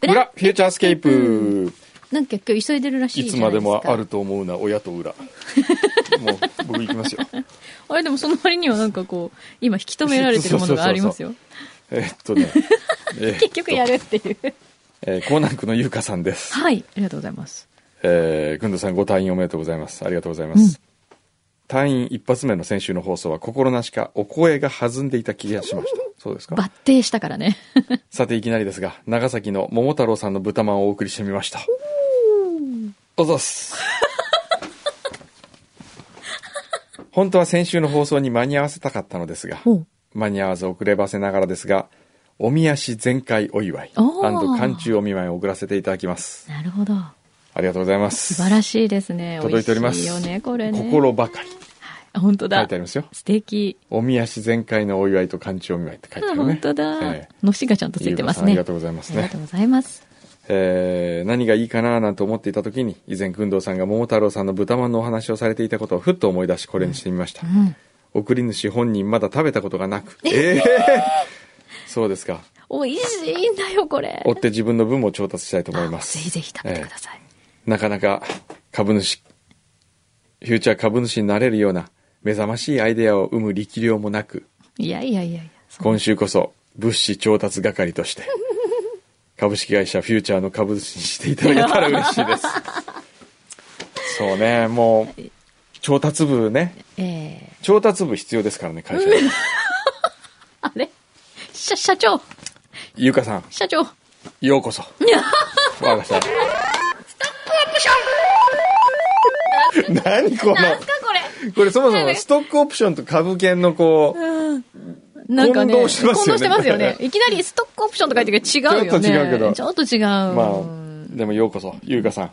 フューチャースケープ、なんか今日急いでるらしいいつじゃなまいでですかもあると思うな親と 裏もう僕行き ますよあれでもその割にはなんかこう今引き止められてるものがありますよえっと ね、えっと結局やるっていう えー、コーナンクのゆうかさんですはいありがとうございますえー、くんどさんご退院おめでとうございますありがとうございます、退院一発目の先週の放送は心なしかお声が弾んでいた気がしましたそうですか抜擢したからねさていきなりですが長崎の桃太郎さんの豚まんをお送りしてみましたおざっ す本当は先週の放送に間に合わせたかったのですがほう間に合わず遅ればせながらですがおみ足全開お祝いおー寒中お見舞いを送らせていただきますなるほどありがとうございます素晴らしいですね届いております美味しいよねこれね心ばかりあ本書当いだてありますよ素敵おみ足全開のお祝いと寒中お見舞いって書いてああるね本当だ、えのしがちゃんとえついてますゆうこさんあねりがとうございますありがねとうございますえー何がいいかななんて思っていた時に以前工藤さんが桃太郎さんの豚まんのお話をされていたことをふっと思い出しこれにしてみました、うん送り主本人まだ食べたことがなくええそうですか美味しいんだよこれ追って自分の分も調達したいと思いますぜひぜひ食べてください、なかなか株主フューチャー株主になれるような目覚ましいアイデアを生む力量もなくいやいやいやいやそん今週こそ物資調達係として株式会社フューチャーの株主にしていただけたら嬉しいですそうねもう調達部ねえー調達部必要ですからね会社にあれ社社長ゆうかさん社長ようこそ我が社何こなんのすかここれそもそもストックオプションと株券のこうれなんかね混同してますよね混同してますよねいきなりストックオプションとか言ってるけど違うちよねょっと違うけどちょっと違う、まあでもようこそゆうかさん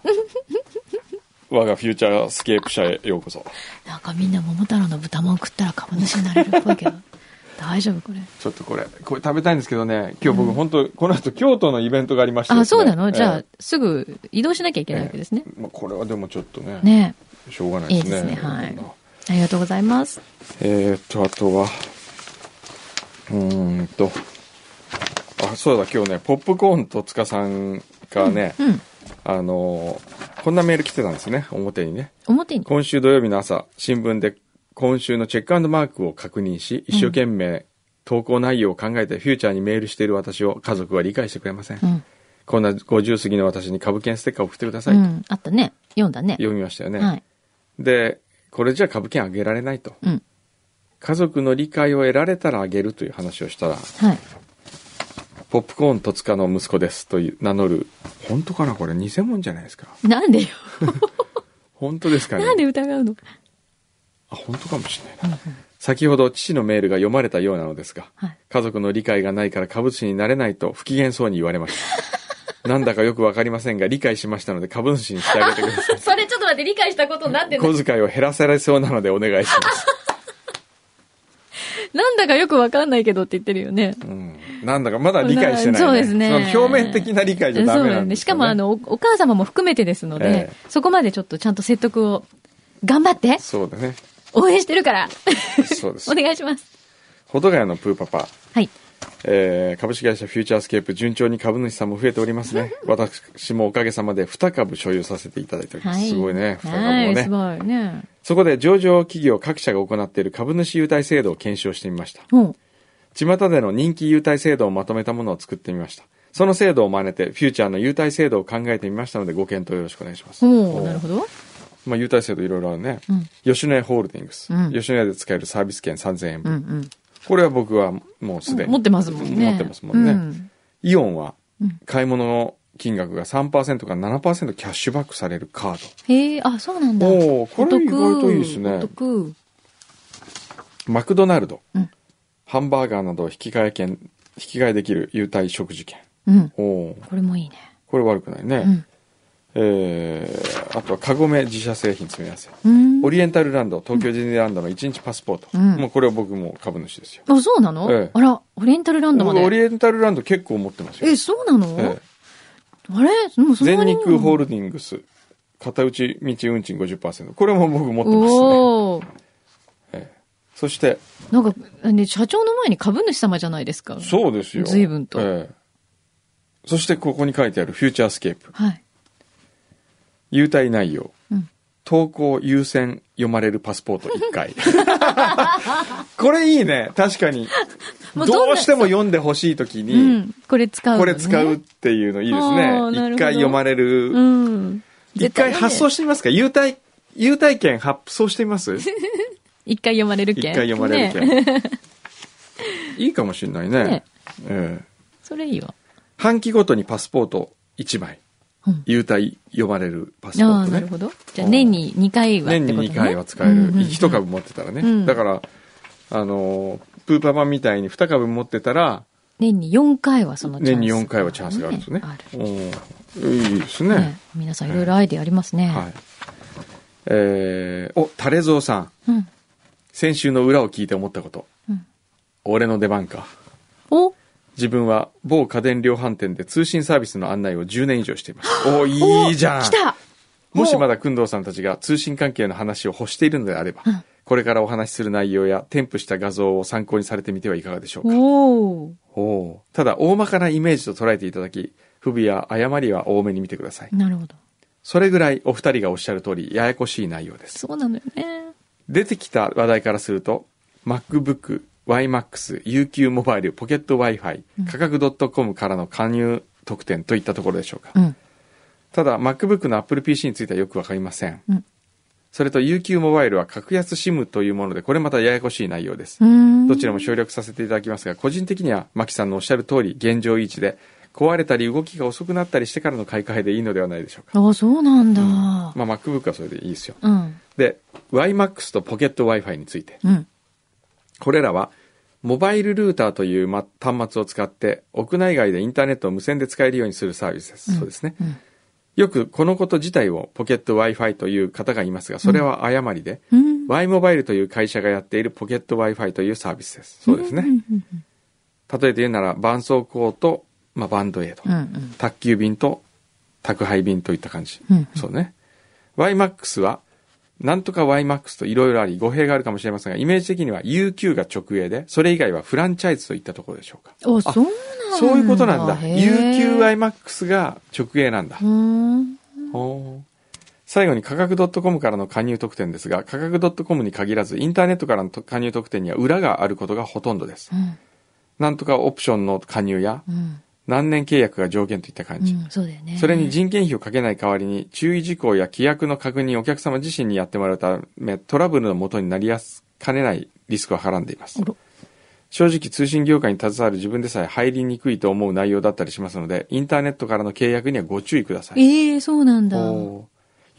我がフューチャースケープ社へようこそなんかみんな桃太郎の豚まん食ったら株主になれるっぽいけ ど大丈夫これちょっとこれこれ食べたいんですけどね今日僕本当、この後京都のイベントがありましてですね、あそうなのじゃあ、えすぐ移動しなきゃいけないわけですね、えまあ、これはでもちょっとねねしょうがないいですいでねすねはいありがとうございますえーっとあとはうーんとあそうだ今日ねポップコーンとつかさんがね、うんあのーこんなメール来てたんですね表にね表に今週土曜日の朝新聞で今週のチェックマークを確認し一生懸命投稿内容を考えてフューチャーにメールしている私を家族は理解してくれません、うん、こんな50過ぎの私に株券ステッカーを送ってくださうい、ん、あったね読んだね読みましたよね、はいでこれじゃ株券あげられないとうん家族の理解を得られたらあげるという話をしたらはい「ポップコーン戸塚の息子です」という名乗る本当かなこれ偽物じゃないですかなんでよ本当ですかねなんで疑うの あ本当かもしれないな、先ほど父のメールが読まれたようなのですがはい家族の理解がないから株主になれないと不機嫌そうに言われました なんだかよくわかりませんが理解しましたので株主にしてあげてくだ さいそれちょっと待って理解したことになってない小遣いを減らされそうなのでお願いします、なんだかよくわかんないけどって言ってるよねうん、なんだかまだ理解してない、ね、そうですねその表面的な理解じゃダそうメななんんでですしすかよねもあのおお母様も含めてですので、ええそこまでちょっとちゃんと説得を頑張ってそうだね応援してるからそうです お願いします保土ヶ谷のプーパパはいえー株式会社フューチャースケープ順調に株主さんも増えておりますね私もおかげさまで2株所有させていただいております、はいすごいね2株をはいねすごいねそこで上場企業各社が行っている株主優待制度を検証してみました。うん巷での人気優待制度をまとめたものを作ってみました。その制度を真似て、フューチャーの優待制度を考えてみましたので、ご検討よろしくお願いします。おーなるほどまあ、優待制度いろいろあるね。うん吉野家ホールディングス。うん吉野家で使えるサービス券3000円うん分。うんこれは僕はもうすでに。持ってますもんね持ってますもんね。うんイオンはうん、買い物の金額が3%から7%キャッシュバックされるカーへえあそうなんだおーこれお得意外といいですねお得ド。マクドナルド。うんハンバーガーなどを引き換え券、引き換えできる優待食事券。うんおお、これもいいねこれ悪くないね。うんえーあとはカゴメ自社製品詰め合わせ。うんオリエンタルランド、東京ディズニーランドの1日パスポート。うんもうこれは僕も株主ですよ。あそうなの、ええあらオリエンタルランドま僕オリでエンタルランド結構持ってますよえ。そうなの、ええあれもうそんな全に日空ホールディングス、片打ち道運賃50%。これも僕持ってますね。おおーそして、なんか、ね、社長の前に株主様じゃないですか。そうですよ。随分とええそしてここに書いてあるフューチャースケープ。はい。優待内容。うん。投稿優先読まれるパスポート1回。 これいいね。確かに。もうどんどなうしても読んでほしい時に、うん。これ使う、ね。これ使うっ。ていうのいいですあねーなるほ。ど一回読まれうる。ん。一回発送し。してみますか優待、優待券発送してみます一回読まれる一けん。回読まれる券。ね いいかもしれないね。ねええそれいいわ。半期ごとにパスポート1枚。うん。優待読まれるパスポあーあ、トなねる。ほど。じゃあ年に2回はって年こと、ね、に2回は使える、うんうんうん一1株持ってたらね、うんだからあのプーパーマンみたいに2株持ってたら年に4回はそのチャン年スに4回はチャンスがあるんですねあるうんいいですねね皆さんいろいろアイデアありますね。はいえー、おタレゾウさんうん。先週の裏を聞いて思ったことうん。俺の出番かお自分は某家電量販店で通信サービスの案内を10年以上しています おいいじゃん来たもしまだ工藤さんたちが通信関係の話を欲しているのであれば、うんこれからお話しする内容や添付した画像を参考にされてみてはいかがでしょうか。おおおーただ、大まかなイメージと捉えていただき、不備や誤りは多めに見てください。なるほど。それぐらいお二人がおっしゃる通り、ややこしい内容です。そうなのよね。出てきた話題からすると、MacBook、YMAX、UQ モバイル、ポケット Wi-Fi うん、価格 .com からの加入特典といったところでしょうか。うん。ただ、MacBook の Apple PC についてはよくわかりません。うんそれと UQ モバイルは格安 SIM というもので、これまたややこしい内容ですう。ーん。どちらも省略させていただきますが、個人的には、牧さんのおっしゃる通り、現状維持で、壊れたり動きが遅くなったりしてからの買い替えでいいのではないでしょうか。ああ、そうなんだ。まあ、MacBook はそれでいいですよ。うん。で、YMAX とポケット Wi-Fi について。うん。これらは、モバイルルーターというま端末を使って、屋内外でインターネットを無線で使えるようにするサービスです。そうですね。うん。よくこのこと自体をポケット Wi-Fi という方がいますが、それは誤りで、うん。 Y モバイルという会社がやっているポケット Wi-Fi というサービスです。そうですね。うんうん例えて言うなら、絆創膏と、まあ、バンドエイド、うん。うん宅急便と宅配便といった感じ。うんうんそうね。YMAX は、なんとか YMAX といろいろあり、語弊があるかもしれませんが、イメージ的には UQ が直営で、それ以外はフランチャイズといったところでしょうか。うん。あ、そうなんだ。そういうことなんだ。へー UQIMAX が直営なんだう。ーん。ほう最後に価格 .com からの加入特典ですが、価格 .com に限らず、インターネットからの加入特典には裏があることがほとんどですう。ん。なんとかオプションの加入や、うん。何年契約が条件といった感じ。うんそうだよね。それに人件費をかけない代わりに、注意事項や規約の確認をお客様自身にやってもらうため、トラブルの元になりやすかねないリスクをはらんでいますあ。ら正直通信業界に携わる自分でさえ入りにくいと思う内容だったりしますので、インターネットからの契約にはご注意ください。ええ、そうなんだ。おー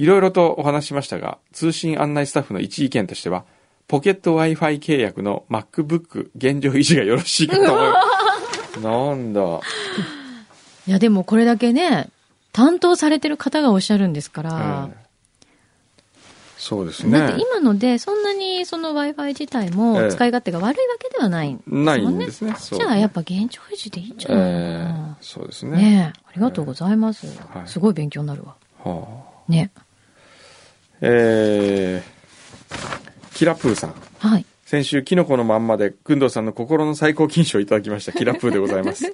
いろいろとお話ししましたが、通信案内スタッフの一意見としては、ポケット Wi-Fi 契約の MacBook 現状維持がよろしいかと思う。 なんだ。いやでもこれだけね担当されてる方がおっしゃるんですからえ、えそうですだってね。今のでそんなにその w i f i 自体えもえ使い勝手が悪いわけではないんですもんねないんですね。そうじゃあやっぱ現状維持でいいんじゃないかええな、そうですねね。えありがとうございます、はいすごい勉強になるわはあねえーキラプーさん。はい先週、キノコのまんまで、くんどうさんの心の最高金賞をいただきました、キラプーでございます。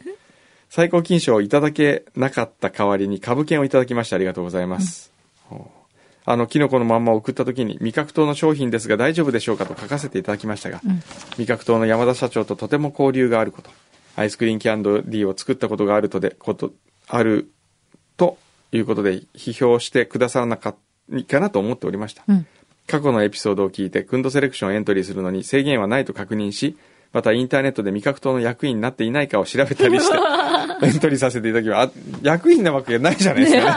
最高金賞をいただけなかった代わりに、株券をいただきまして、ありがとうございます。ほうあの、キノコのまんまを送った時に、味覚糖の商品ですが大丈夫でしょうかと書かせていただきましたが、うん味覚糖の山田社長ととても交流があること、アイスクリーンキャンドリーを作ったことがあるとで、こと、ある、ということで、批評してくださらなかったかなと思っておりました。うん過去のエピソードを聞いて、クンドセレクションをエントリーするのに制限はないと確認し、またインターネットで味覚糖の役員になっていないかを調べたり して、エントリーさせていただきます。あ役員なわけないじゃないですか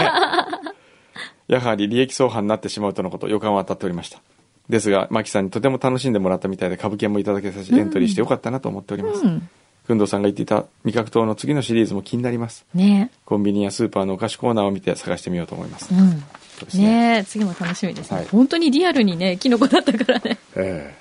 ね。 やはり利益相反になってしまうとのこと、予感は当たっておりました。ですが、マキさんにとても楽しんでもらったみたいで、株券もいただけさせてエントリーしてよかったなと思っております。うんくんどさんが言っていた味覚糖の次のシリーズも気になります。ねコンビニやスーパーのお菓子コーナーを見て探してみようと思います。えうそんうですねねえ次も楽しみですね、はい本当にリアルにねキノコだったからね、ええ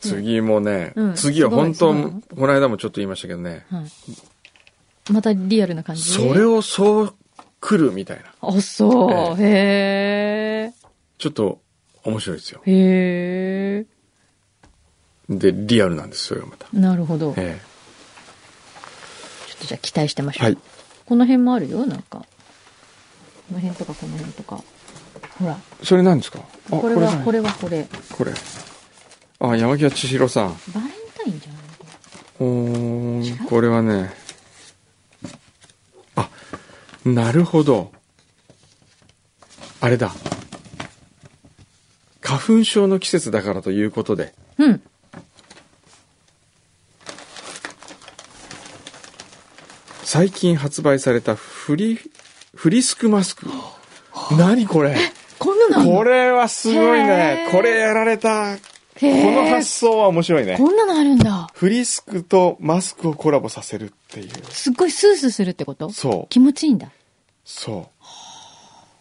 次もね、うん次は本す当、ごいすこの間もちょっと言いましたけどね、はい、またリアルな感じそれをそう来るみたいな。あそう、へえちょっと面白いですよ。へえ。で、リアルなんです、それがまた。なるほど。ちょっええとじゃあ期待してましょう。はい。この辺もあるよなんかこの辺とかこの辺とかほらそれなんですかあこれはじゃないこれはこれこれあ山際千尋さんバレンタインじゃないのかなうーん違うこれはねあなるほどあれだ花粉症の季節だからということでうん最近発売されたフリフリスクマスク何これこんなのあんのこれはすごいねへーこれやられたこへーの発想は面白いねこんなのあるんだフリスクとマスクをコラボさせるっていうすっごいスースーするってことそう気持ちいいんだそう。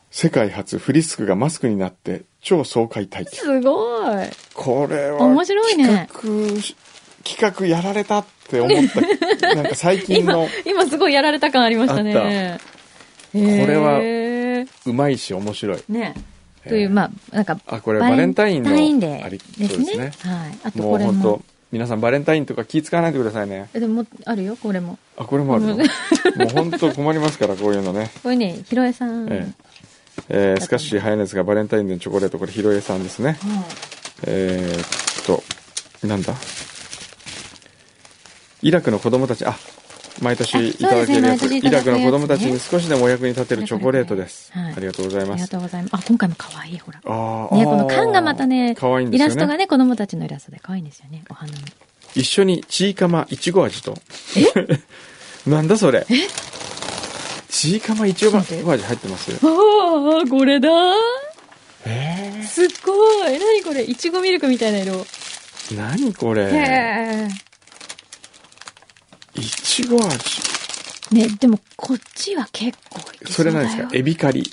世界初フリスクがマスクになって超爽快体験。すごいこれは面白いね企画し、企画やられたって思 った。なんか最近今の 今すごいやられた感ありましたねあったへーこれはうまいし面白い。ねえーというまあなんかあこれバレンタインのバレンタインあデりーでそすうでねすねはいあともこうれ本当も皆さんバレンタインとか気使わないでくださいね。えでもあるよこれもあ、これもある の。うんもう本当困りますから、こういうのね。これねひろえさん、えええースカッシーハイネスがバレンタインデーのチョコレート、これひろえさんですね。はいえーっと、なんだイラクの子供たち、あ、毎年いただけるやあそつ、うですね毎年いイただラくクのやつね子供たちに少しでもお役に立てるチョコレートです。はいありがとうございあまりがす。とうございますあ今回も可愛いほらあーね、あーこの缶がまたね可愛いんでイすよラね。ストがね子供たちのイラストで可愛いんですよねお花の一緒にチーカマいちご味と。 なんだそれ。チーカマいちご味ちょっと待って入ってますああこれだえすっごい何これいちごミルクみたいな色ー、何これ。へえいちご味。ねでもこっちは結構いけそれなんだでよすかエビカリ。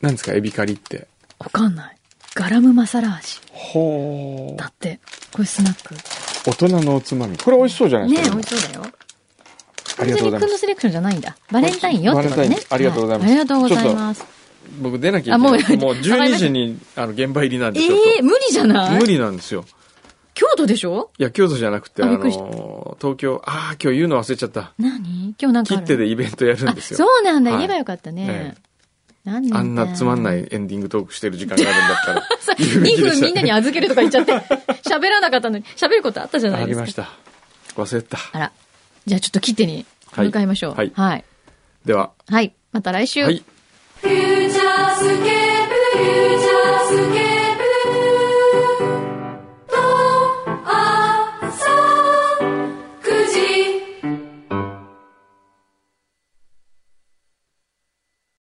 なんですかエビカリって。わかんないガラムマサラ味ほーだってこれスナック大人のおつまみ。これ美味しそうじゃないでねすか。美味しそうだよあ完りが全とうございにまクンドす。セレクションじゃないんだバレンタインよってことバレンねタインありがとうございますはありがとうございます僕出なきゃいあけもなうい。もうあごめん12なさい時にあの現場入りなんでちょっええ無理じゃとない無理なんですよ。京都でしょいや、京都じゃなくて、ああびっくりしたの、東京、ああ、今日言うの忘れちゃった。何今日なんかあ切る手でイベントやるんですあよ。そうなんだ、はい言えばよかったね、なんだ。あんなつまんないいエンディングトークしてる時間があるんだったら言うべき2で分した みんなに預けるとか言っちゃって喋らなかったのに喋ることあったじゃなあいりですかました。忘れてた。あらじゃあちょっと切手に向かいましょうはいはい、では、はいまた来週、はい。 「フューチャースケープ」